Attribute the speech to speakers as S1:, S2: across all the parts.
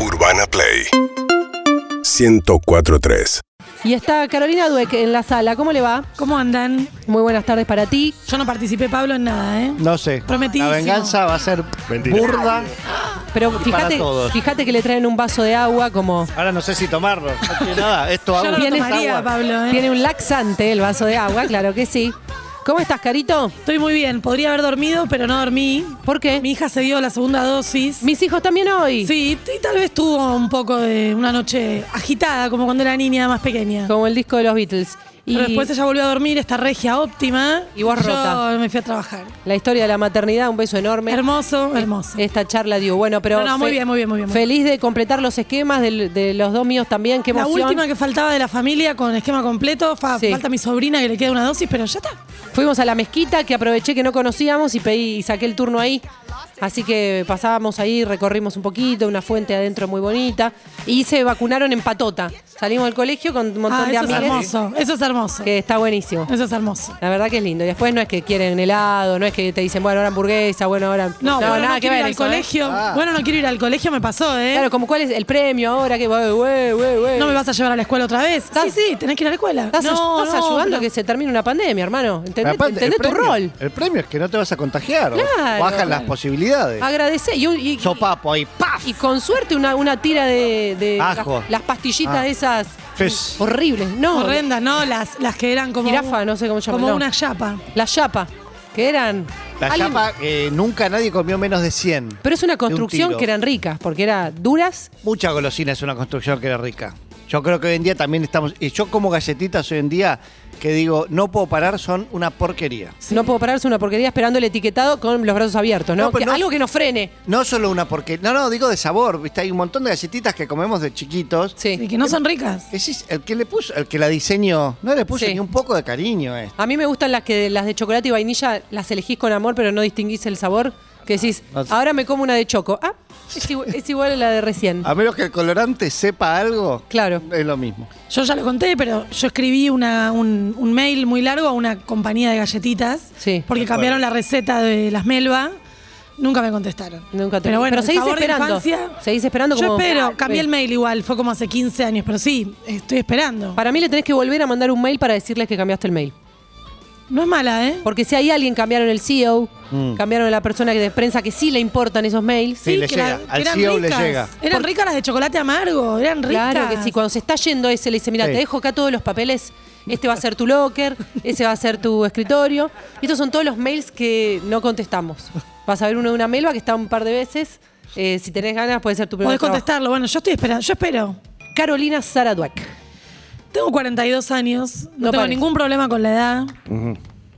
S1: Urbana Play 104.3
S2: Y está Carolina Dueck en la sala. ¿Cómo le va?
S3: ¿Cómo andan?
S2: Muy buenas tardes para ti.
S3: Yo no participé, Pablo, en nada, ¿eh?
S4: No sé.
S3: Prometidísimo.
S4: La venganza va a ser burda.
S2: Pero
S4: para
S2: fíjate,
S4: todos.
S2: fíjate que le traen un vaso de agua como.
S4: Ahora no sé si tomarlo. No tiene nada. Esto
S3: Yo no lo
S4: agua.
S3: tomaría,
S4: agua.
S3: Pablo, ¿eh?
S2: Tiene un laxante el vaso de agua, claro que sí. ¿Cómo estás, Carito?
S3: Estoy muy bien. Podría haber dormido, pero no dormí.
S2: ¿Por qué?
S3: Mi hija se dio la segunda dosis.
S2: Mis hijos también hoy.
S3: Sí, y tal vez tuvo un poco de una noche agitada, como cuando era niña más pequeña.
S2: Como el disco de los Beatles. Y
S3: Pero después ella volvió a dormir, esta regia óptima.
S2: Y vos rota.
S3: Yo me fui a trabajar.
S2: la historia de la maternidad, un beso enorme.
S3: Hermoso,
S2: eh,
S3: hermoso.
S2: Esta charla dio. Bueno, pero.
S3: No, no, muy
S2: fe-
S3: bien, muy bien, muy bien, muy bien.
S2: Feliz de completar los esquemas del- de, los dos míos también. Qué
S3: La
S2: emoción.
S3: última que faltaba de la familia con esquema completo. Fa-
S2: Sí.
S3: Falta mi sobrina que le queda una dosis, pero ya está.
S2: Fuimos a la mezquita que aproveché que no conocíamos y pedí y saqué el turno ahí. Así que pasábamos ahí, recorrimos un poquito, una fuente adentro muy bonita. Y se vacunaron en patota. Salimos del colegio con un montón
S3: Ah,
S2: de
S3: eso es
S2: amigos.
S3: hermoso. Eso es hermoso.
S2: Que está buenísimo.
S3: Eso es hermoso.
S2: La verdad que es lindo. Y después no es que quieren helado, no es que te dicen, bueno, ahora hamburguesa, bueno, ahora.
S3: No, bueno, no quiero ir al
S2: eso, ¿eh?
S3: colegio. Bueno, no quiero ir al colegio, me pasó, ¿eh?
S2: Claro, como cuál es el premio ahora que. güey, güey, güey, güey.
S3: No me vas a llevar a la escuela otra vez. Sí,
S2: ¿Estás-
S3: sí, tenés que ir a la escuela.
S2: Estás,
S3: no,
S2: estás
S3: no,
S2: ayudando a
S3: pero-
S2: que se termine una pandemia, hermano.
S4: Pero
S2: Entendé,
S4: aparte,
S2: entendé
S4: el
S2: tu
S4: premio-
S2: rol.
S4: El premio es que no te vas a contagiar.
S2: Claro.
S4: Bajan las posibilidades.
S2: Agradece. Y, un- y- y-
S4: Sopapo ahí. ¡Paf!
S2: Y con suerte una, una tira de, de
S4: Ajo.
S2: las, las pastillitas
S4: Ah.
S2: esas
S4: Fes.
S2: horribles, ¿no?
S3: Horrendas, ¿no? Las, las que eran como.
S2: Jirafa, no sé cómo llaman,
S3: Como
S2: no.
S3: una chapa.
S2: La chapa, que eran...
S4: La
S2: alguien-
S4: chapa, eh, nunca nadie comió menos de 100.
S2: Pero es
S4: De
S2: una
S4: un
S2: construcción
S4: tiro.
S2: que eran ricas, porque era duras.
S4: Mucha golosina es una construcción que era rica. Yo creo que hoy en día también estamos. Y yo como galletitas hoy en día que digo, no puedo parar, son una porquería.
S2: No puedo pararse una porquería esperando el etiquetado con los brazos abiertos, ¿no?
S4: No, pero
S2: Que-
S4: no-
S2: Algo que nos frene.
S4: No solo una porquería. No, no, digo de sabor. ¿viste? Hay un montón de galletitas que comemos de chiquitos.
S2: Sí.
S3: Y que no son ricas.
S4: Que sí, el que le puso, el que la diseñó, no le puso
S2: Sí.
S4: ni un poco de cariño a esto.
S2: A mí me gustan las que las de chocolate y vainilla las elegís con amor, pero no distinguís el sabor. Que decís,
S4: Ah, No sé.
S2: ahora me como una de choco. Ah, es igu- es igual a la de recién.
S4: A menos que el colorante sepa algo,
S2: Claro.
S4: es lo mismo.
S3: Yo ya lo conté, pero yo escribí una, un, un mail muy largo a una compañía de galletitas.
S2: Sí.
S3: Porque cambiaron la receta de las melva. Nunca me contestaron.
S2: Nunca te-
S3: Pero bueno,
S2: pero
S3: el
S2: seguís
S3: sabor de
S2: esperando.
S3: infancia-
S2: Seguís esperando
S3: Yo
S2: como-
S3: espero. Cambié
S2: Sí.
S3: el mail igual. Fue como hace 15 años, pero sí, estoy esperando.
S2: Para mí le tenés que volver a mandar un mail para decirles que cambiaste el mail.
S3: No es mala, ¿eh?
S2: Porque si hay alguien, cambiaron el CEO,
S4: Mm.
S2: cambiaron a la persona que- de prensa que sí le importan esos mails.
S4: Sí, le
S3: que
S4: llega.
S3: que
S4: Al
S3: eran
S4: CEO le
S3: ricas.
S4: llega.
S3: Eran ricas las de chocolate amargo, eran ricas.
S2: Claro que sí, cuando se está yendo ese le dice, mira,
S4: Sí.
S2: te dejo acá todos los papeles, este va a ser tu locker, ese va a ser tu escritorio. Y estos son todos los mails que no contestamos. Vas a ver uno de una melva que está un par de veces. Eh, si tenés ganas, puede ser tu primer
S3: Podés
S2: trabajo.
S3: contestarlo. Bueno, yo estoy esperando, yo espero.
S2: Carolina Zaraduac.
S3: Tengo 42 años, no,
S2: No
S3: tengo
S2: parece.
S3: ningún problema con la edad,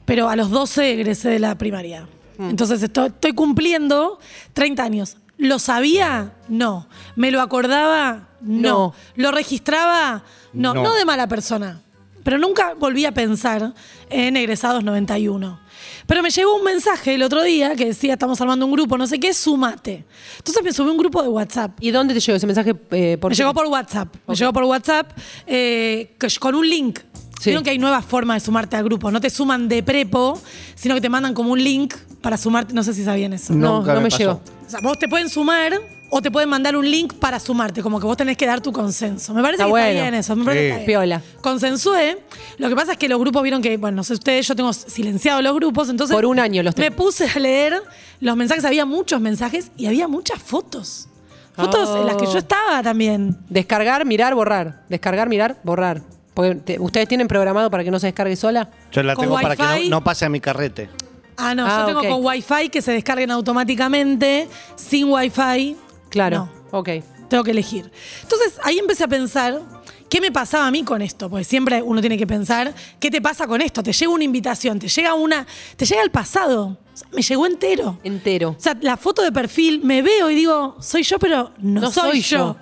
S3: pero a los 12 egresé de la primaria. Entonces estoy, estoy cumpliendo 30 años. ¿Lo sabía? No. ¿Me lo acordaba?
S2: No.
S3: No. ¿Lo registraba? No.
S4: No.
S3: no. de mala persona. Pero nunca volví a pensar en egresados 91. Pero me llegó un mensaje el otro día que decía, estamos armando un grupo, no sé qué, sumate. Entonces me subí a un grupo de WhatsApp.
S2: ¿Y dónde te llegó ese mensaje? Eh, por
S3: Me
S2: qué?
S3: llegó por WhatsApp. Me
S2: Ok.
S3: llegó por WhatsApp eh, que- con un link.
S2: Sí.
S3: Vieron que hay nuevas formas de sumarte al grupo. No te suman de prepo, sino que te mandan como un link para sumarte. No sé si sabían eso.
S2: No,
S4: Nunca
S2: no
S4: me
S2: me,
S4: pasó.
S2: llegó.
S3: O sea, vos te pueden sumar o te pueden mandar un link para sumarte. Como que vos tenés que dar tu consenso. Me parece
S2: Está
S3: que
S2: bueno.
S3: está bien eso. Me parece
S4: Sí.
S3: que está bien.
S2: Piola.
S3: Consensué. Lo que pasa es que los grupos vieron que, bueno, no sé ustedes, yo tengo silenciado los grupos. Entonces.
S2: Por un año los
S3: Me
S2: tengo.
S3: puse a leer los mensajes. Había muchos mensajes y había muchas fotos. Fotos en las que
S2: Oh.
S3: yo estaba también.
S2: Descargar, mirar, borrar. Descargar, mirar, borrar. Porque te- ¿Ustedes tienen programado para que no se descargue sola?
S4: Yo la
S3: Con
S4: tengo para que
S3: wifi.
S4: no, no pase a mi carrete.
S3: Ah, no,
S2: Ah,
S3: yo tengo
S2: ok.
S3: con Wi-Fi que se descarguen automáticamente, sin Wi-Fi.
S2: Claro. Ok.
S3: No, tengo que elegir. Entonces ahí empecé a pensar qué me pasaba a mí con esto, porque siempre uno tiene que pensar qué te pasa con esto. Te llega una invitación, te llega una, te llega el pasado. O sea, me llegó entero.
S2: Entero.
S3: O sea, la foto de perfil, me veo y digo, soy yo, pero no,
S2: No soy
S3: soy,
S2: yo.
S3: yo.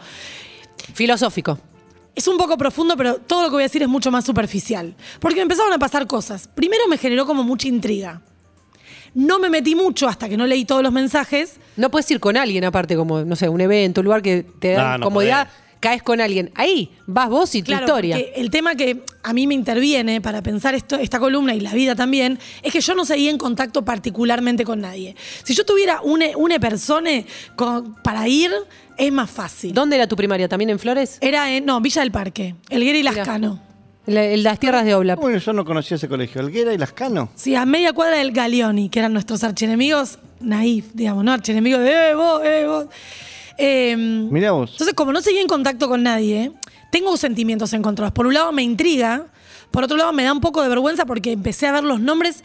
S2: Filosófico.
S3: Es un poco profundo, pero todo lo que voy a decir es mucho más superficial. Porque me empezaron a pasar cosas. Primero me generó como mucha intriga. No me metí mucho hasta que no leí todos los mensajes.
S2: No puedes ir con alguien aparte, como, no sé, un evento, un lugar que te da
S4: No, no
S2: comodidad. caes con alguien. Ahí vas vos y tu
S3: Claro,
S2: historia.
S3: porque El tema que a mí me interviene para pensar esto, esta columna y la vida también, es que yo no seguía en contacto particularmente con nadie. Si yo tuviera una, una persona con- para ir, es más fácil.
S2: ¿Dónde era tu primaria? ¿También en Flores?
S3: Era en, no, Villa del Parque, Elguera y Lascano.
S2: La- en las tierras de Oblap.
S4: Bueno, yo no conocía ese colegio. Alguera y Lascano.
S3: Sí, a media cuadra del Galeoni, que eran nuestros archienemigos, naif, digamos, ¿no? Archienemigos de, eh, vos, eh, vos. Eh,
S4: Mirá vos.
S3: Entonces, como no seguí en contacto con nadie, tengo sentimientos encontrados. Por un lado me intriga, por otro lado me da un poco de vergüenza porque empecé a ver los nombres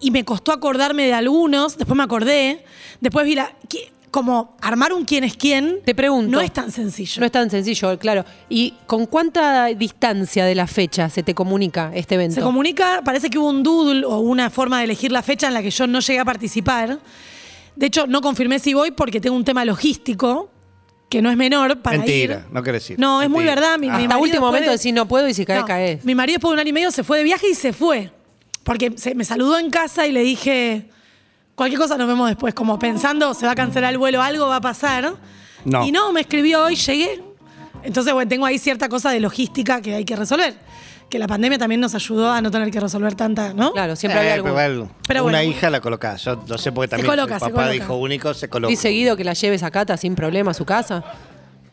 S3: y me costó acordarme de algunos, después me acordé, después vi la... qui- Como armar un quién es quién.
S2: Te pregunto.
S3: No es tan sencillo.
S2: No es tan sencillo, claro. ¿Y con cuánta distancia de la fecha se te comunica este evento?
S3: Se comunica, parece que hubo un doodle o una forma de elegir la fecha en la que yo no llegué a participar. De hecho, no confirmé si voy porque tengo un tema logístico que no es menor para
S4: Mentira,
S3: ir.
S4: no querés ir.
S3: No, es muy
S4: Mentira.
S3: verdad. Mi, mi
S4: Ah.
S2: Hasta
S3: marido
S2: último
S3: después
S2: momento
S3: de-
S2: decís no puedo y si cae,
S3: No,
S2: cae.
S3: Mi marido después de un año y medio se fue de viaje y se fue. Porque se- me saludó en casa y le dije, cualquier cosa nos vemos después, como pensando, se va a cancelar el vuelo, algo va a pasar.
S4: No.
S3: Y no, me escribió hoy, llegué. Entonces, bueno, tengo ahí cierta cosa de logística que hay que resolver. Que la pandemia también nos ayudó a no tener que resolver tanta, ¿no?
S2: Claro, siempre había
S4: Eh,
S2: algún-
S4: pero bueno,
S3: Pero
S4: una
S3: bueno.
S4: hija la colocás. Yo no sé porque también
S3: coloca,
S4: el
S3: se
S4: papá
S3: coloca.
S4: de hijo único se coloca.
S2: Y seguido que la lleves a Cata sin problema a su casa.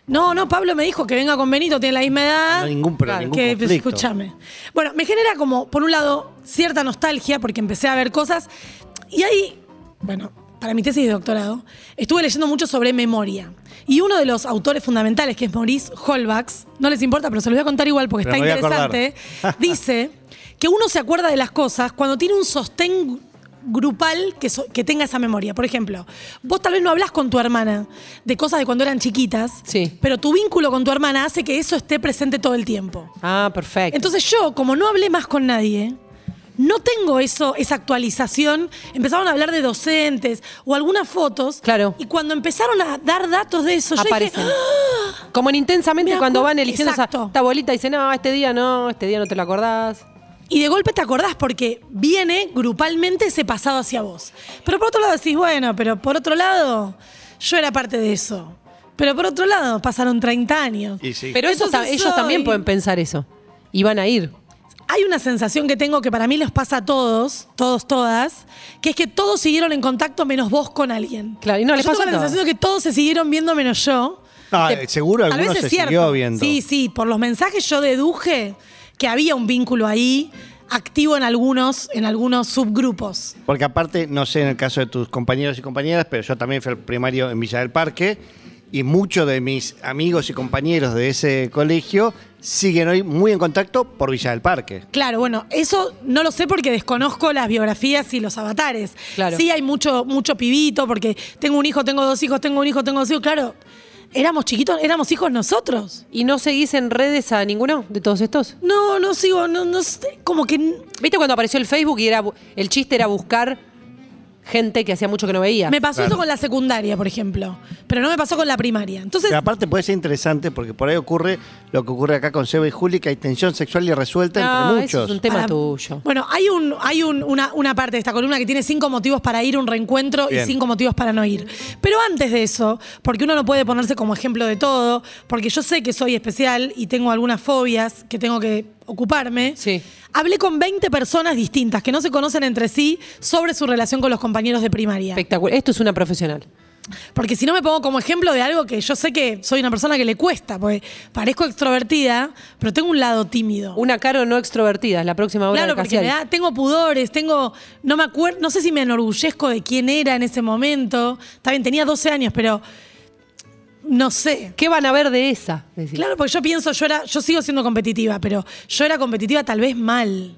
S3: No, no, Pablo me dijo que venga con Benito, tiene la misma edad.
S4: No hay ningún, pero
S2: Claro,
S4: ningún
S3: que pues,
S4: conflicto.
S3: escúchame. Bueno, me genera como, por un lado, cierta nostalgia porque empecé a ver cosas. Y ahí, bueno, para mi tesis de doctorado, estuve leyendo mucho sobre memoria. Y uno de los autores fundamentales, que es Maurice Holbachs, no les importa, pero se los voy a contar igual porque está
S4: Pero me voy a acordar.
S3: interesante, dice que uno se acuerda de las cosas cuando tiene un sostén grupal que, so- que tenga esa memoria. Por ejemplo, vos tal vez no hablas con tu hermana de cosas de cuando eran chiquitas,
S2: Sí.
S3: pero tu vínculo con tu hermana hace que eso esté presente todo el tiempo.
S2: Ah, perfecto.
S3: Entonces yo, como no hablé más con nadie, no tengo eso, esa actualización. Empezaron a hablar de docentes o algunas fotos.
S2: Claro.
S3: Y cuando empezaron a dar datos de eso,
S2: aparecen.
S3: yo dije, "Ah,
S2: Como en intensamente
S3: Me
S2: cuando
S3: acu-
S2: van eligiendo esa,
S3: Exacto.
S2: esta bolita y dicen, no, este día no, este día no te lo acordás.
S3: y de golpe te acordás porque viene grupalmente ese pasado hacia vos. Pero por otro lado decís, bueno, pero por otro lado, yo era parte de eso. Pero por otro lado, pasaron 30 años.
S4: Y sí.
S2: Pero eso ta-
S3: Entonces
S2: ellos
S3: soy-
S2: también pueden pensar eso. Y van a ir.
S3: Hay una sensación que tengo que para mí les pasa a todos, todos, todas, que es que todos siguieron en contacto menos vos con alguien.
S2: Claro, y no, les
S3: yo
S2: pasa
S3: tengo
S2: a
S3: la
S2: todos.
S3: sensación de que todos se siguieron viendo menos yo.
S4: No,
S3: Que-
S4: eh, seguro
S3: tal
S4: alguno
S3: vez es
S4: se
S3: cierto.
S4: siguió viendo.
S3: Sí, sí, por los mensajes yo deduje que había un vínculo ahí activo en algunos, en algunos subgrupos.
S4: Porque aparte, no sé en el caso de tus compañeros y compañeras, pero yo también fui al primario en Villa del Parque y muchos de mis amigos y compañeros de ese colegio siguen hoy muy en contacto por Villa del Parque.
S3: Claro, bueno, eso no lo sé porque desconozco las biografías y los avatares.
S2: Claro.
S3: Sí, hay mucho, mucho pibito, porque tengo un hijo, tengo dos hijos, tengo un hijo, tengo dos hijos. Claro, éramos chiquitos, éramos hijos nosotros.
S2: ¿Y no seguís en redes a ninguno de todos estos?
S3: No, no sigo, no, no sé, como que. n-
S2: ¿Viste cuando apareció el Facebook y era bu- el chiste era buscar gente que hacía mucho que no veía?
S3: Me pasó
S4: Claro.
S3: eso con la secundaria, por ejemplo, pero no me pasó con la primaria. Entonces,
S4: Pero aparte puede ser interesante porque por ahí ocurre lo que ocurre acá con Seba y Juli, que hay tensión sexual y resuelta
S2: No,
S4: entre
S2: eso es
S4: muchos.
S2: un tema
S3: para-
S2: tuyo.
S3: Ah, Bueno, hay, un, hay un- una, una parte de esta columna que tiene cinco motivos para ir a un reencuentro
S4: Bien.
S3: y cinco motivos para no ir. Pero antes de eso, porque uno no puede ponerse como ejemplo de todo, porque yo sé que soy especial y tengo algunas fobias que tengo que ocuparme.
S2: Sí.
S3: Hablé con 20 personas distintas que no se conocen entre sí sobre su relación con los compañeros de primaria.
S2: Espectacular. Esto es una profesional.
S3: Porque si no me pongo como ejemplo de algo que yo sé que soy una persona que le cuesta, porque parezco extrovertida, pero tengo un lado tímido.
S2: Una caro no extrovertida, es la próxima hora
S3: Claro,
S2: de
S3: porque me
S2: Casial.
S3: da- tengo pudores, tengo, no me acuerdo, no sé si me enorgullezco de quién era en ese momento. Está bien, tenía 12 años, pero no sé.
S2: ¿Qué van a ver de esa? Decís.
S3: Claro, porque yo pienso, yo era, yo sigo siendo competitiva, pero yo era competitiva tal vez mal.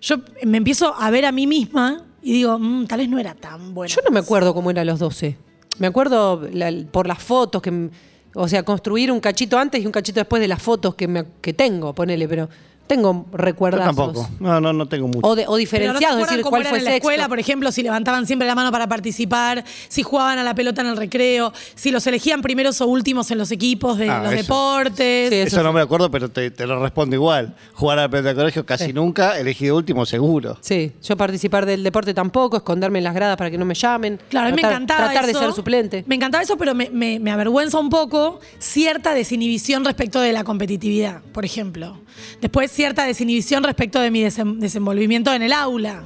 S3: Yo me empiezo a ver a mí misma y digo, "Mm, tal vez no era tan buena.
S2: Yo no me acuerdo cómo era a los 12. Me acuerdo la- por las fotos que. m- O sea, construir un cachito antes y un cachito después de las fotos que, me- que tengo, ponele, pero tengo recuerdos.
S4: Yo tampoco. No, no, no tengo mucho.
S2: O, de- o
S3: Pero no se
S2: diferenciados,
S3: acuerdan
S2: decir
S3: cómo
S2: cuál
S3: eran
S2: fue
S3: en la
S2: sexto.
S3: escuela, por ejemplo, si levantaban siempre la mano para participar, si jugaban a la pelota en el recreo, si los elegían primeros o últimos en los equipos de
S4: Ah,
S3: los
S4: eso.
S3: deportes.
S2: Sí,
S4: eso,
S2: eso
S4: no me acuerdo, pero te, te lo respondo igual. Jugar al pelota de colegio casi nunca, elegido último seguro.
S2: Sí, yo participar del deporte tampoco, esconderme en las gradas para que no me llamen.
S3: Claro, a mí me
S2: tratar-
S3: encantaba
S2: Tratar
S3: eso.
S2: de ser suplente.
S3: Me encantaba eso, pero me, me- me avergüenza un poco cierta desinhibición respecto de la competitividad, por ejemplo. Después cierta desinhibición respecto de mi desem- desenvolvimiento en el aula.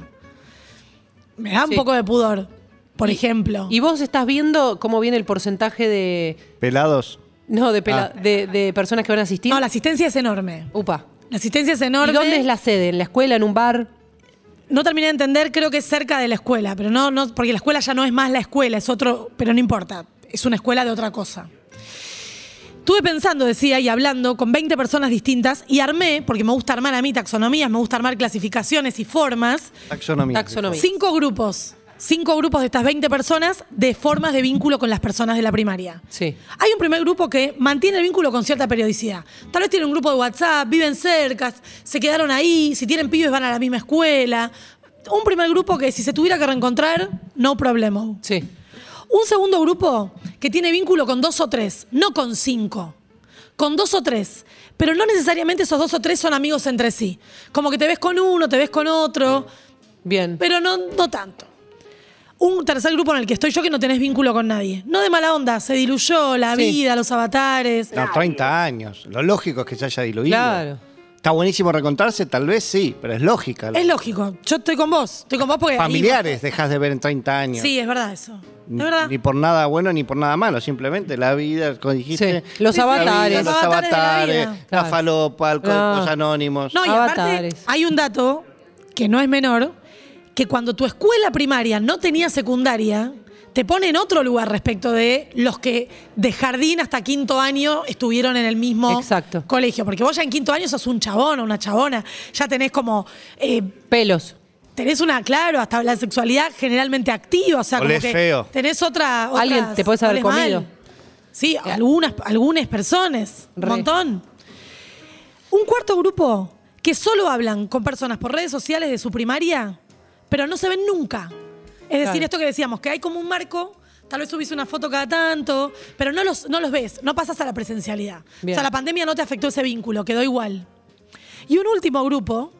S3: Me da un
S2: Sí.
S3: poco de pudor, por ejemplo.
S2: Y vos estás viendo cómo viene el porcentaje de.
S4: Pelados.
S2: No, de, pela-
S4: Ah.
S2: de, de personas que van a asistir.
S3: no, la asistencia es enorme.
S2: Upa.
S3: La asistencia es
S2: ¿Y
S3: enorme.
S2: dónde es la sede? ¿En la escuela? ¿En un bar?
S3: No terminé de entender, creo que es cerca de la escuela, pero no, no, porque la escuela ya no es más la escuela, es otro, pero no importa, es una escuela de otra cosa. Estuve pensando, decía, y hablando con 20 personas distintas y armé, porque me gusta armar a mí taxonomías, me gusta armar clasificaciones y formas,
S4: Taxonomía.
S2: Taxonomía.
S3: cinco grupos, cinco grupos de estas 20 personas de formas de vínculo con las personas de la primaria.
S2: Sí.
S3: Hay un primer grupo que mantiene el vínculo con cierta periodicidad. Tal vez tienen un grupo de WhatsApp, viven cerca, se quedaron ahí, si tienen pibes van a la misma escuela. Un primer grupo que si se tuviera que reencontrar, no problema.
S2: Sí.
S3: Un segundo grupo que tiene vínculo con dos o tres, no con cinco. Con dos o tres. Pero no necesariamente esos dos o tres son amigos entre sí. Como que te ves con uno, te ves con otro,
S2: Bien.
S3: pero no, no tanto. Un tercer grupo en el que estoy yo que no tenés vínculo con nadie. No de mala onda, se diluyó la
S2: Sí.
S3: vida, los avatares.
S4: No, 30 años. Lo lógico es que se haya diluido.
S2: Claro.
S4: Está buenísimo recontarse, tal vez sí, pero es lógica.
S3: Es lógico, yo estoy con vos, estoy con vos porque... ahí-
S4: Familiares dejas de ver en 30 años.
S3: Sí, es verdad eso. Es
S4: Ni-
S3: verdad.
S4: Ni por nada bueno ni por nada malo, simplemente la vida, como dijiste.
S2: Sí, los
S4: la vida,
S2: avatares.
S4: los
S3: Los avatares de la
S4: avatares,
S3: vida. Ah.
S4: la
S2: Claro.
S4: falopa, alcohólicos
S2: No.
S4: anónimos.
S3: No, y aparte
S2: Avatares.
S3: hay un dato que no es menor, que cuando tu escuela primaria no tenía secundaria, te pone en otro lugar respecto de los que de jardín hasta quinto año estuvieron en el mismo
S2: Exacto.
S3: colegio. Porque vos ya en quinto año sos un chabón o una chabona, ya tenés como... eh,
S2: Pelos.
S3: Tenés una, claro, hasta la sexualidad generalmente activa, o sea,
S4: Olés
S3: como que
S4: feo.
S3: tenés otra... otras-
S2: Alguien te podés haber
S3: olés mal.
S2: comido.
S3: Sí, algunas, algunas personas, un
S2: Re.
S3: montón. Un cuarto grupo que solo hablan con personas por redes sociales de su primaria, pero no se ven nunca. Es decir,
S2: Claro.
S3: esto que decíamos, que hay como un marco, tal vez subís una foto cada tanto, pero no los, no los ves, no pasas a la presencialidad.
S2: Bien.
S3: O sea, la pandemia no te afectó ese vínculo, quedó igual. Y un último grupo,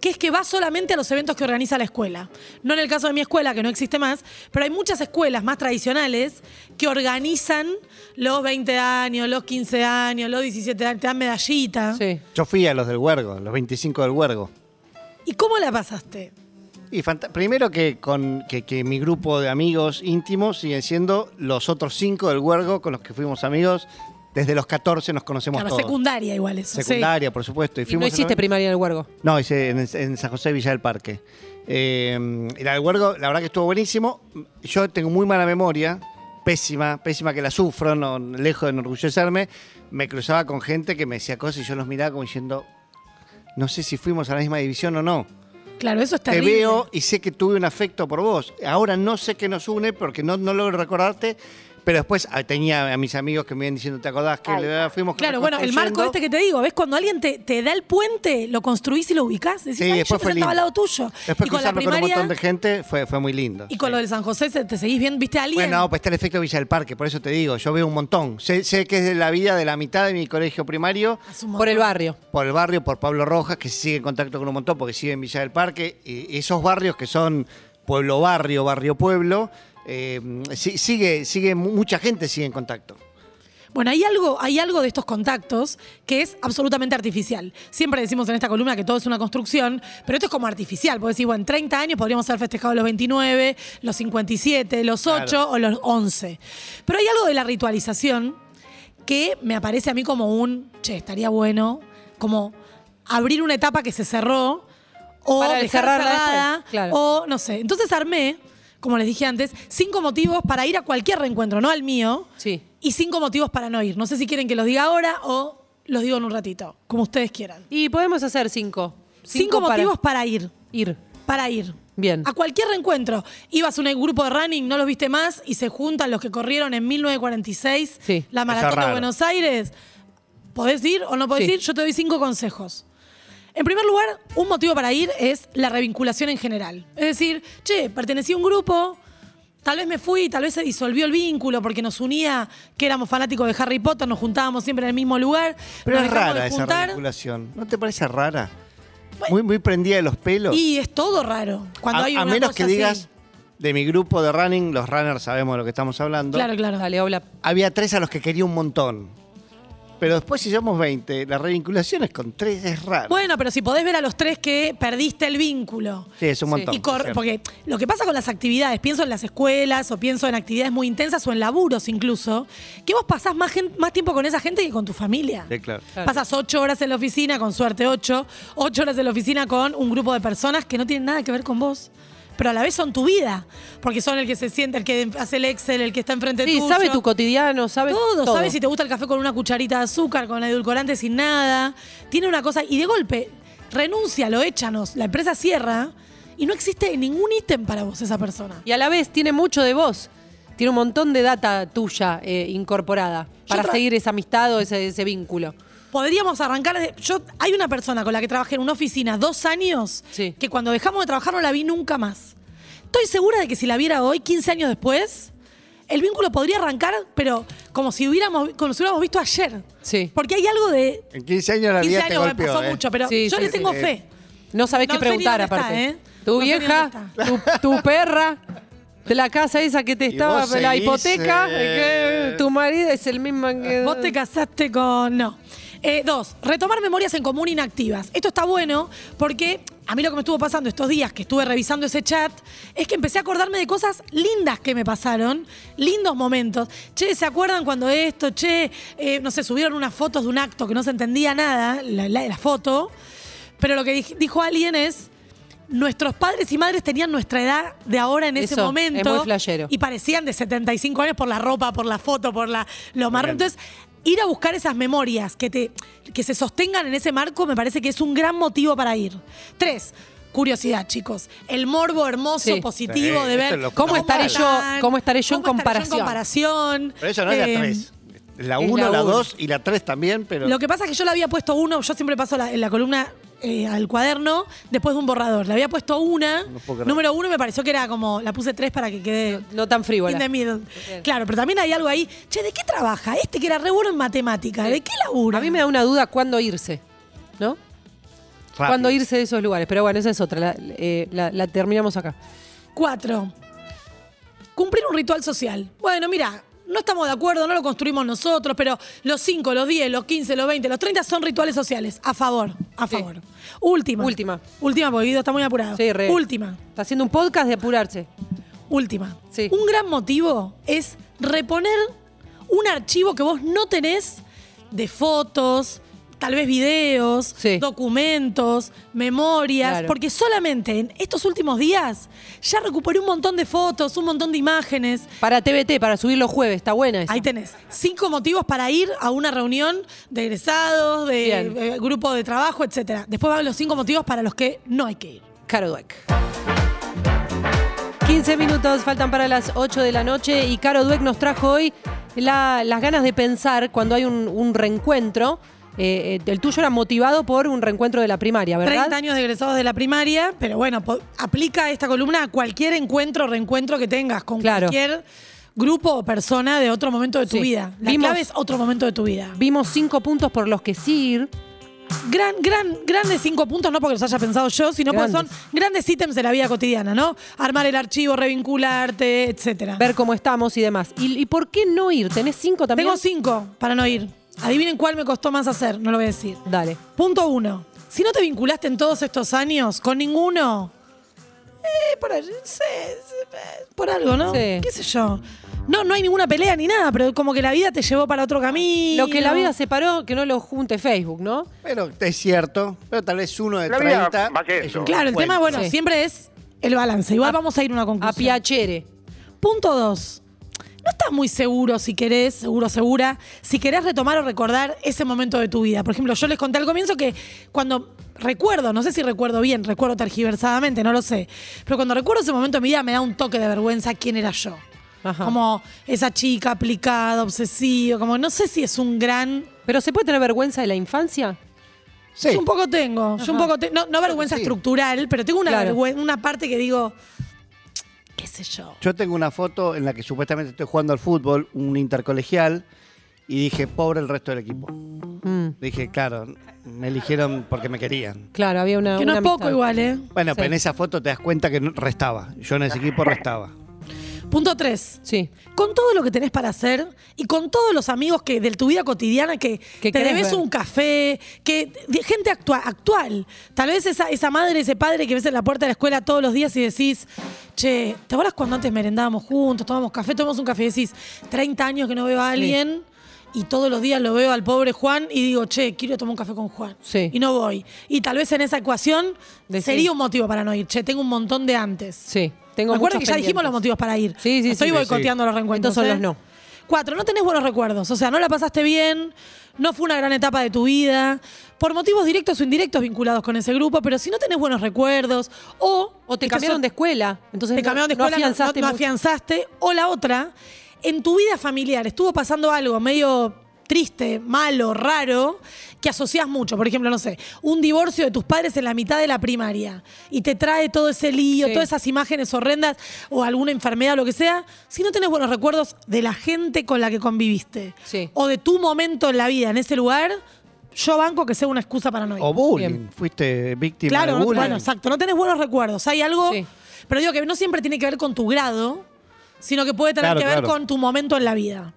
S3: que es que va solamente a los eventos que organiza la escuela. No en el caso de mi escuela, que no existe más, pero hay muchas escuelas más tradicionales que organizan los 20 años, los 15 años, los 17 años, te dan
S4: ¿Ah?
S3: medallita.
S2: Sí.
S4: Yo fui a los del huergo, los 25 del huergo.
S3: ¿Y cómo la pasaste?
S4: Y fanta- primero que, con, que, que mi grupo de amigos íntimos siguen siendo los otros cinco del huergo con los que fuimos amigos. Desde los 14 nos conocemos
S3: Claro,
S4: todos.
S3: secundaria igual eso. sí.
S4: Secundaria, por supuesto. Y,
S2: Y no
S4: fuimos a la-
S2: hiciste primaria en el huergo.
S4: No, hice en, en San José Villa del Parque. Eh, el albergo, la verdad que estuvo buenísimo. Yo tengo muy mala memoria, pésima, pésima que la sufro, no, lejos de enorgullecerme. Me cruzaba con gente que me decía cosas y yo los miraba como diciendo, no sé si fuimos a la misma división o no.
S3: Claro, eso es
S4: Te
S3: terrible.
S4: veo y sé que tuve un afecto por vos. Ahora no sé qué nos une porque no, no logro recordarte. Pero después ah, tenía a mis amigos que me iban diciendo, ¿te acordás que le- ah, fuimos
S3: Claro, bueno, el marco
S4: reconstruyendo?"
S3: este que te digo, ¿ves? Cuando alguien te, te da el puente, lo construís y lo ubicás. Decís,
S4: Sí,
S3: "Ay, yo
S4: después
S3: me
S4: fue
S3: sentaba
S4: lindo.
S3: al lado tuyo.
S4: Después
S3: y con la
S4: cruzarme con un
S3: primaria
S4: montón de gente fue, fue muy lindo.
S3: y con lo del San José se- te seguís bien, ¿viste a alguien?
S4: Bueno, pues está el efecto Villa del Parque, por eso te digo, yo veo un montón. Sé, sé que es de la vida de la mitad de mi colegio primario,
S3: Hace un
S2: Por el barrio.
S4: por el barrio, por Pablo Rojas, que sigue en contacto con un montón porque sigue en Villa del Parque, y esos barrios que son pueblo barrio, barrio pueblo, eh, si- sigue, sigue, mucha gente sigue en contacto.
S3: Bueno, hay algo, hay algo de estos contactos que es absolutamente artificial. Siempre decimos en esta columna que todo es una construcción, pero esto es como artificial. Porque decir, bueno, en 30 años podríamos haber festejado los 29, los 57, los 8 o los 11. Pero hay algo de la ritualización que me aparece a mí como un, che, estaría bueno, como abrir una etapa que se cerró o
S2: Para
S3: dejar
S2: cerrarla
S3: cerrada
S2: después, claro.
S3: o o no sé. Entonces armé, como les dije antes, cinco motivos para ir a cualquier reencuentro, no al mío.
S2: Sí.
S3: Y cinco motivos para no ir. No sé si quieren que los diga ahora o los digo en un ratito, como ustedes quieran.
S2: Y podemos hacer cinco.
S3: Cinco,
S2: para
S3: motivos para ir.
S2: ir.
S3: Para ir.
S2: Bien.
S3: A cualquier reencuentro. Ibas a un grupo de running, no los viste más y se juntan los que corrieron en 1946
S2: Sí.
S3: la maratón de
S4: raro.
S3: Buenos Aires. ¿Podés ir o no podés
S2: Sí.
S3: ir? Yo te doy cinco consejos. En primer lugar, un motivo para ir es la revinculación en general. Es decir, che, pertenecí a un grupo, tal vez me fui, tal vez se disolvió el vínculo porque nos unía, que éramos fanáticos de Harry Potter, nos juntábamos siempre en el mismo lugar.
S4: Pero
S3: nos
S4: es
S3: dejamos
S4: rara
S3: de
S4: esa
S3: juntar.
S4: revinculación. ¿No te parece rara? Muy, muy prendida de los pelos.
S3: Y es todo raro. Cuando
S4: a,
S3: hay
S4: a
S3: una
S4: menos
S3: cosa
S4: que
S3: así.
S4: digas, de mi grupo de running, los runners sabemos de lo que estamos hablando.
S3: Claro, Ah, claro.
S2: Dale, habla.
S4: Había tres a los que quería un montón. Pero después, si somos 20, la revinculación es con tres, es raro.
S3: Bueno, pero si podés ver a los tres que perdiste el vínculo. Eh,
S4: sí, es un
S2: sí.
S4: montón.
S3: Y cor-
S4: es cierto.
S3: porque lo que pasa con las actividades, pienso en las escuelas o pienso en actividades muy intensas o en laburos incluso, que vos pasás más, gen- más tiempo con esa gente que con tu familia.
S4: Sí, claro.
S2: Claro.
S3: Pasas ocho horas en la oficina, con suerte ocho, ocho horas en la oficina con un grupo de personas que no tienen nada que ver con vos. Pero a la vez son tu vida, porque son el que se siente, el que hace el Excel, el que está enfrente de
S2: Sí,
S3: tuyo.
S2: sabe tu cotidiano, sabe
S3: Todo,
S2: todo.
S3: ¿sabes? Si te gusta el café con una cucharita de azúcar, con edulcorante, sin nada. Tiene una cosa. Y de golpe, renuncia, lo échanos. La empresa cierra y no existe ningún ítem para vos esa persona.
S2: Y a la vez tiene mucho de vos. Tiene un montón de data tuya eh, incorporada para
S3: tra-
S2: seguir esa amistad o ese, ese vínculo.
S3: Podríamos arrancar. de- yo, hay una persona con la que trabajé en una oficina dos años
S2: Sí.
S3: que cuando dejamos de trabajar no la vi nunca más. Estoy segura de que si la viera hoy, 15 años después, el vínculo podría arrancar, pero como si hubiéramos, como si hubiéramos visto ayer.
S2: Sí.
S3: Porque hay algo de.
S4: En 15 años la
S3: 15
S4: vida te
S3: años
S4: golpeó.
S3: me pasó
S4: ¿eh?
S3: mucho, pero
S2: Sí,
S3: yo
S2: sí,
S3: le
S2: sí.
S3: tengo fe.
S2: No sabés
S3: No
S2: qué
S3: sé ni
S2: preguntar,
S3: dónde está,
S2: aparte.
S3: ¿eh?
S2: Tu
S3: No sé ni
S2: vieja, tu,
S3: dónde
S2: tu perra, de la casa esa que te estaba,
S4: vos
S2: la
S4: seguís,
S2: hipoteca,
S4: eh.
S2: que tu marido es el mismo que.
S3: Vos te casaste con. No. Eh, dos, retomar memorias en común inactivas. Esto está bueno porque a mí lo que me estuvo pasando estos días que estuve revisando ese chat es que empecé a acordarme de cosas lindas que me pasaron, lindos momentos. Che, ¿se acuerdan cuando esto? Che, eh, no sé, subieron unas fotos de un acto que no se entendía nada, la, la- la foto. Pero lo que dij- dijo alguien es. Nuestros padres y madres tenían nuestra edad de ahora en ese
S2: Eso, es
S3: momento.
S2: muy flashero.
S3: Y parecían de 75 años por la ropa, por la foto, por la, lo marrón.
S4: Bien.
S3: Entonces, ir a buscar esas memorias que, te, que se sostengan en ese marco me parece que es un gran motivo para ir. Tres, curiosidad, chicos. El morbo hermoso,
S2: Sí.
S3: positivo
S4: Sí,
S3: de
S4: esto
S3: ver
S4: es lo
S2: ¿Cómo estaré yo-
S3: están,
S2: cómo estaré yo en
S3: cómo estaré
S2: comparación?
S3: comparación.
S4: Pero esa no es
S3: Eh,
S4: la 3. La
S2: es
S4: 1,
S2: la
S4: la
S2: uno.
S4: 2 y la 3 también, pero.
S3: Lo que pasa es que yo le había puesto uno, yo siempre paso la, en la columna eh, al cuaderno después de un borrador. Le había puesto una,
S4: No puedo creer.
S3: número uno, y me pareció que era como, la puse tres para que quede.
S2: No tan frívola.
S3: In the middle. Claro, pero también hay algo ahí. Che, ¿de qué trabaja? Este que era re bueno en matemática, ¿de qué labura?
S2: A mí me da una duda cuándo irse, ¿no?
S4: rápido.
S2: Cuándo irse de esos lugares. Pero bueno, esa es otra. La, eh, la- la terminamos acá.
S3: Cuatro. Cumplir un ritual social. Bueno, mira, no estamos de acuerdo, no lo construimos nosotros, pero los cinco, los 10, los 15, los 20, los 30 son rituales sociales. A favor, a
S2: Sí.
S3: favor. Última.
S2: Última.
S3: Última, porque Guido está muy apurado.
S2: Sí, re.
S3: Última.
S2: Está haciendo un podcast de apurarse.
S3: Última.
S2: Sí.
S3: Un gran motivo es reponer un archivo que vos no tenés de fotos, tal vez videos,
S2: Sí.
S3: documentos, memorias,
S2: Claro.
S3: porque solamente en estos últimos días ya recuperé un montón de fotos, un montón de imágenes.
S2: Para TBT, para subir los jueves. Está buena esa.
S3: Ahí tenés cinco motivos para ir a una reunión de egresados, de
S2: Bien.
S3: eh, grupo de trabajo, etcétera. Después van los cinco motivos para los que no hay que ir.
S2: Caro Dweck. 15 minutos faltan para las 8 de la noche y Caro Dweck nos trajo hoy la- las ganas de pensar cuando hay un, un reencuentro. Eh, eh, el tuyo era motivado por un reencuentro de la primaria, ¿verdad?
S3: 30 años de egresados de la primaria, pero bueno, po- aplica esta columna a cualquier encuentro o reencuentro que tengas con
S2: Claro.
S3: cualquier grupo o persona de otro momento de tu
S2: Sí.
S3: vida. La
S2: Vimos-
S3: clave es otro momento de tu vida.
S2: Vimos cinco puntos por los que sí ir.
S3: Gran, gran, grandes cinco puntos, no porque los haya pensado yo, sino porque
S2: Grandes.
S3: son grandes ítems de la vida cotidiana, ¿no? Armar el archivo, revincularte, etcétera.
S2: ver cómo estamos y demás. ¿Y, y por qué no ir? ¿Tenés cinco también?
S3: Tengo cinco para no ir. Adivinen cuál me costó más hacer, no lo voy a decir.
S2: Dale.
S3: Punto uno. Si no te vinculaste en todos estos años con ninguno, eh, por, ahí, sí, sí, eh, por algo, ¿no?
S2: Sí.
S3: ¿Qué sé yo? No, no hay ninguna pelea ni nada, pero como que la vida te llevó para otro camino.
S2: Lo que la vida separó, que no lo junte Facebook, ¿no?
S4: Pero es cierto, pero tal vez uno de
S1: La vida
S4: 30.
S1: va haciendo.
S4: es un
S3: Claro, el tema, bueno,
S2: Sí.
S3: siempre es el balance. Igual vamos a ir a una
S2: A
S3: conclusión.
S2: Piacere.
S3: Punto dos. No estás muy seguro si querés, seguro, segura, si querés retomar o recordar ese momento de tu vida. Por ejemplo, yo les conté al comienzo que cuando recuerdo, no sé si recuerdo bien, recuerdo tergiversadamente, no lo sé, pero cuando recuerdo ese momento de mi vida me da un toque de vergüenza quién era yo.
S2: Ajá.
S3: Como esa chica aplicada, obsesiva, como no sé si es un gran...
S2: Pero ¿se puede tener vergüenza de la infancia?
S4: Sí.
S3: Yo un poco tengo, yo un poco te- no, no vergüenza
S4: Sí.
S3: estructural, pero tengo una,
S2: Claro.
S3: vergüen- una parte que digo, qué sé yo.
S4: Yo tengo una foto en la que supuestamente estoy jugando al fútbol, un intercolegial, y dije, pobre el resto del equipo.
S2: Mm,
S4: Dije, claro, me eligieron porque me querían.
S2: claro, había una.
S3: Que no
S2: una
S3: es poco
S2: amistad.
S3: igual, ¿eh?
S4: Bueno,
S2: Sí.
S4: pero en esa foto te das cuenta que no- restaba. Yo en ese equipo restaba.
S3: Punto tres.
S2: Sí.
S3: Con todo lo que tenés para hacer y con todos los amigos que de tu vida cotidiana que,
S2: Que
S3: te
S2: querés
S3: debes
S2: ver.
S3: un café, que de gente actua- actual. Tal vez esa, esa madre, ese padre que ves en la puerta de la escuela todos los días y decís, che, ¿te acuerdas cuando antes merendábamos juntos, tomábamos café, tomamos un café y decís, 30 años que no veo a alguien? Y todos los días lo veo al pobre Juan y digo, che, quiero tomar un café con Juan.
S2: Sí.
S3: Y no voy. Y tal vez en esa ecuación
S2: Decís.
S3: sería un motivo para no ir. Che, tengo un montón de antes.
S2: Sí. Tengo
S3: Recuerda que
S2: muchos
S3: ya dijimos
S2: pendientes.
S3: los motivos para ir.
S2: Sí, sí,
S3: Estoy
S2: sí.
S3: boicoteando
S4: Sí, sí.
S3: los reencuentros.
S2: Estos son
S3: ¿eh?
S2: los no.
S3: Cuatro, no tenés buenos recuerdos. O sea, no la pasaste bien, no fue una gran etapa de tu vida, por motivos directos o indirectos vinculados con ese grupo, pero si no tenés buenos recuerdos, o.
S2: O te
S3: esto es
S2: cambiaron de escuela. Entonces
S3: te
S2: no-
S3: cambiaron de escuela,
S2: no
S3: no-
S2: afianzaste.
S3: no- no
S2: mucho.
S3: afianzaste. O la otra, en tu vida familiar estuvo pasando algo medio triste, malo, raro, que asocias mucho. Por ejemplo, no sé, un divorcio de tus padres en la mitad de la primaria y te trae todo ese lío,
S2: Sí.
S3: todas esas imágenes horrendas o alguna enfermedad, lo que sea. Si no tenés buenos recuerdos de la gente con la que conviviste
S2: Sí.
S3: o de tu momento en la vida en ese lugar, yo banco que sea una excusa para no ir.
S4: O bullying.
S2: Bien.
S4: Fuiste víctima
S3: Claro,
S4: de
S3: no-
S4: bullying.
S3: bueno, exacto. No tenés buenos recuerdos. Hay algo.
S2: Sí.
S3: Pero digo que no siempre tiene que ver con tu grado, sino que puede tener
S4: Claro,
S3: que ver
S4: claro.
S3: con tu momento en la vida.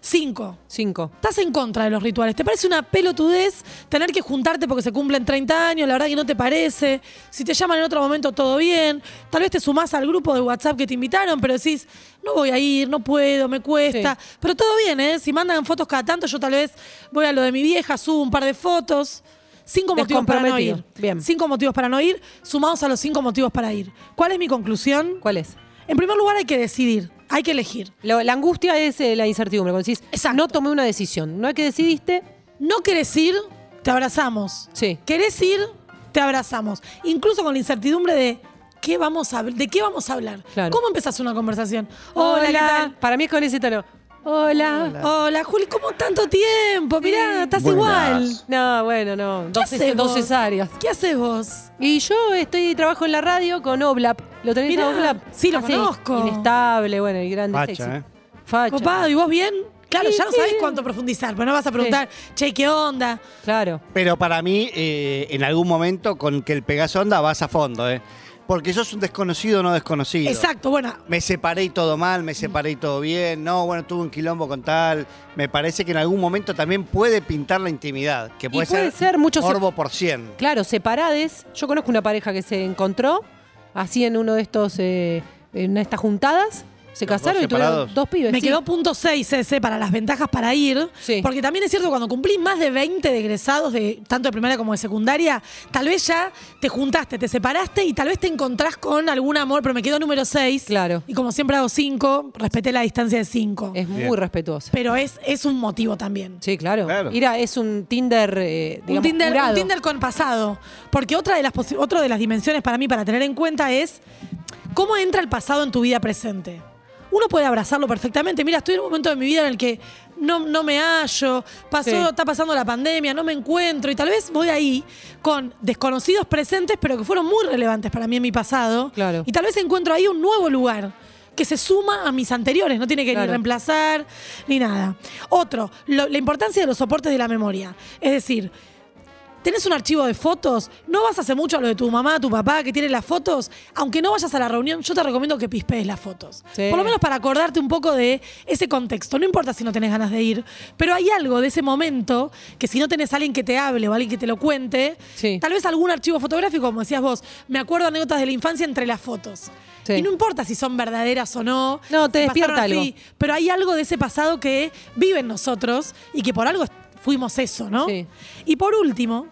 S3: Cinco.
S2: Cinco.
S3: Estás en contra de los rituales. ¿Te parece una pelotudez tener que juntarte porque se cumplen 30 años? La verdad que no te parece. Si te llaman en otro momento, todo bien. Tal vez te sumás al grupo de WhatsApp que te invitaron, pero decís, no voy a ir, no puedo, me cuesta. Pero todo bien, ¿eh? Si mandan fotos cada tanto, yo tal vez voy a lo de mi vieja, subo un par de fotos. Cinco motivos para no ir.
S2: Descomprometido. Bien.
S3: Cinco motivos para no ir, sumados a los cinco motivos para ir. ¿Cuál es mi conclusión?
S2: ¿Cuál es?
S3: En primer lugar, hay que decidir, hay que elegir.
S2: Lo- la angustia es eh, la incertidumbre. Cuando decís,
S3: Exacto.
S2: no tomé una decisión. No es que decidiste.
S3: No querés ir, te abrazamos.
S2: Sí.
S3: Querés ir, te abrazamos. Incluso con la incertidumbre de qué vamos a, habl- de qué vamos a hablar.
S2: Claro.
S3: ¿Cómo empezás una conversación? Hola, ¿qué tal?
S2: Para mí es con ese tono. Hola.
S3: Hola, Juli, ¿cómo tanto tiempo? Mirá, estás igual.
S2: No, bueno, no. Dos,
S3: haces
S2: dos
S3: vos?
S2: cesáreas.
S3: ¿Qué haces vos?
S2: Y yo estoy trabajo en la radio con Oblap. ¿Lo tenés
S3: Mirá,
S2: a Oblap? Ah,
S3: sí, lo conozco.
S2: Inestable, bueno, y grande
S4: Facha,
S2: sexy.
S4: ¿eh?
S2: Facha.
S3: Copado, ¿y vos bien? Claro,
S2: Sí,
S3: ya no
S2: sí.
S3: sabés cuánto profundizar, pero no vas a preguntar, che, ¿qué onda?
S2: Claro.
S4: Pero para mí, eh, en algún momento, con que el Pegaso anda, vas a fondo, ¿eh? Porque sos un desconocido no desconocido.
S3: Exacto, bueno,
S4: Me separé y todo mal, me separé y todo bien. No, bueno, tuve un quilombo con tal. Me parece que en algún momento también puede pintar la intimidad. Que
S2: Y
S4: puede,
S2: puede ser muchos-
S4: morbo por cien.
S2: Claro, separades. Yo conozco una pareja que se encontró así en uno de estos, eh, en una de estas juntadas. Se
S4: Los dos
S2: casaron y tuvieron
S4: separados.
S2: dos pibes.
S3: Me
S2: sí.
S3: quedó punto 6 ese para las ventajas para ir.
S2: Sí.
S3: Porque también es cierto, cuando cumplís más de 20 de egresados, de, tanto de primaria como de secundaria, tal vez ya te juntaste, te separaste y tal vez te encontrás con algún amor, pero me quedó número 6.
S2: Claro.
S3: Y como siempre hago 5, respeté la distancia de 5.
S2: Es muy
S4: Bien.
S2: respetuosa.
S3: Pero es, es un motivo también.
S2: Sí, claro.
S4: Claro.
S2: Mira, es un Tinder, eh, digamos,
S3: un, Tinder,
S2: curado.
S3: un Tinder con pasado. Porque otra de, las posi- otra de las dimensiones para mí para tener en cuenta es cómo entra el pasado en tu vida presente. Uno puede abrazarlo perfectamente. Mira, estoy en un momento de mi vida en el que no, no me hallo, pasó,
S2: Sí.
S3: está pasando la pandemia, no me encuentro y tal vez voy ahí con desconocidos presentes, pero que fueron muy relevantes para mí en mi pasado.
S2: Claro.
S3: Y tal vez encuentro ahí un nuevo lugar que se suma a mis anteriores, no tiene que
S2: Claro.
S3: ni reemplazar ni nada. Otro, lo- la importancia de los soportes de la memoria. Es decir, tenés un archivo de fotos, no vas hace mucho a lo de tu mamá, tu papá, que tiene las fotos, aunque no vayas a la reunión, yo te recomiendo que pispees las fotos.
S2: Sí.
S3: Por lo menos para acordarte un poco de ese contexto. No importa si no tenés ganas de ir, pero hay algo de ese momento que si no tenés alguien que te hable o alguien que te lo cuente,
S2: Sí.
S3: tal vez algún archivo fotográfico, como decías vos, me acuerdo anécdotas de la infancia entre las fotos.
S2: Sí.
S3: Y no importa si son verdaderas o no.
S2: No, te
S3: si pasaron
S2: despierta algo.
S3: Pero hay algo de ese pasado que vive en nosotros y que por algo fuimos eso, ¿no?
S2: Sí.
S3: Y por último,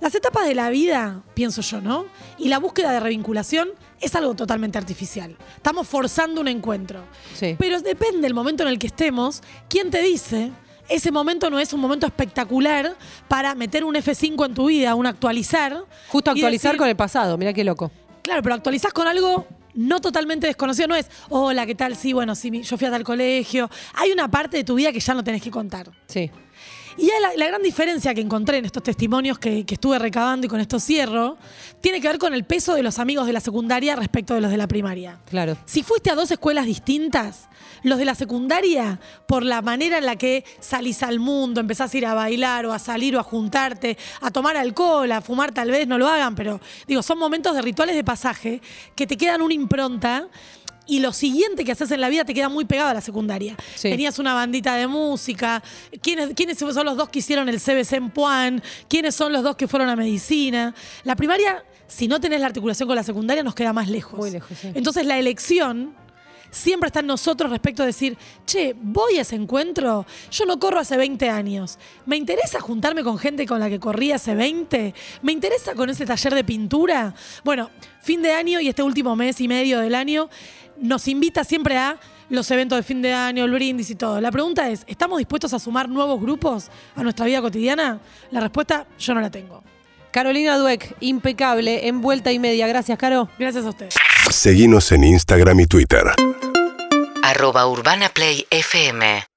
S3: las etapas de la vida, pienso yo, ¿no? Y la búsqueda de revinculación es algo totalmente artificial. Estamos forzando un encuentro.
S2: Sí.
S3: Pero depende del momento en el que estemos, ¿quién te dice? Ese momento no es un momento espectacular para meter un F5 en tu vida, un actualizar.
S2: Justo
S3: y
S2: actualizar
S3: decir-
S2: con el pasado, mirá qué loco.
S3: Claro, pero actualizás con algo no totalmente desconocido, no es, hola, ¿qué tal? Sí, bueno, sí, mi- yo fui a tal colegio. Hay una parte de tu vida que ya no tenés que contar.
S2: Sí.
S3: Y la, la gran diferencia que encontré en estos testimonios que, que estuve recabando y con esto cierro, tiene que ver con el peso de los amigos de la secundaria respecto de los de la primaria.
S2: Claro.
S3: Si fuiste a dos escuelas distintas, los de la secundaria, por la manera en la que salís al mundo, empezás a ir a bailar o a salir o a juntarte, a tomar alcohol, a fumar, tal vez no lo hagan, pero digo, son momentos de rituales de pasaje que te quedan una impronta. Y lo siguiente que haces en la vida te queda muy pegado a la secundaria.
S2: Sí.
S3: Tenías una bandita de música. ¿Quiénes, ¿Quiénes son los dos que hicieron el CBC en Puan? ¿Quiénes son los dos que fueron a medicina? La primaria, si no tenés la articulación con la secundaria, nos queda más lejos.
S2: Muy lejos, sí.
S3: Entonces la elección siempre está en nosotros respecto a decir, che, voy a ese encuentro, yo no corro hace 20 años, ¿me interesa juntarme con gente con la que corrí hace 20? ¿Me interesa con ese taller de pintura? Bueno, fin de año y este último mes y medio del año nos invita siempre a los eventos de fin de año, el brindis y todo. La pregunta es, ¿estamos dispuestos a sumar nuevos grupos a nuestra vida cotidiana? La respuesta, yo no la tengo.
S2: Carolina Dueck, impecable, en vuelta y media. Gracias, Caro.
S3: Gracias a ustedes.
S1: Seguinos en Instagram y Twitter.
S5: arroba urbanaplayfm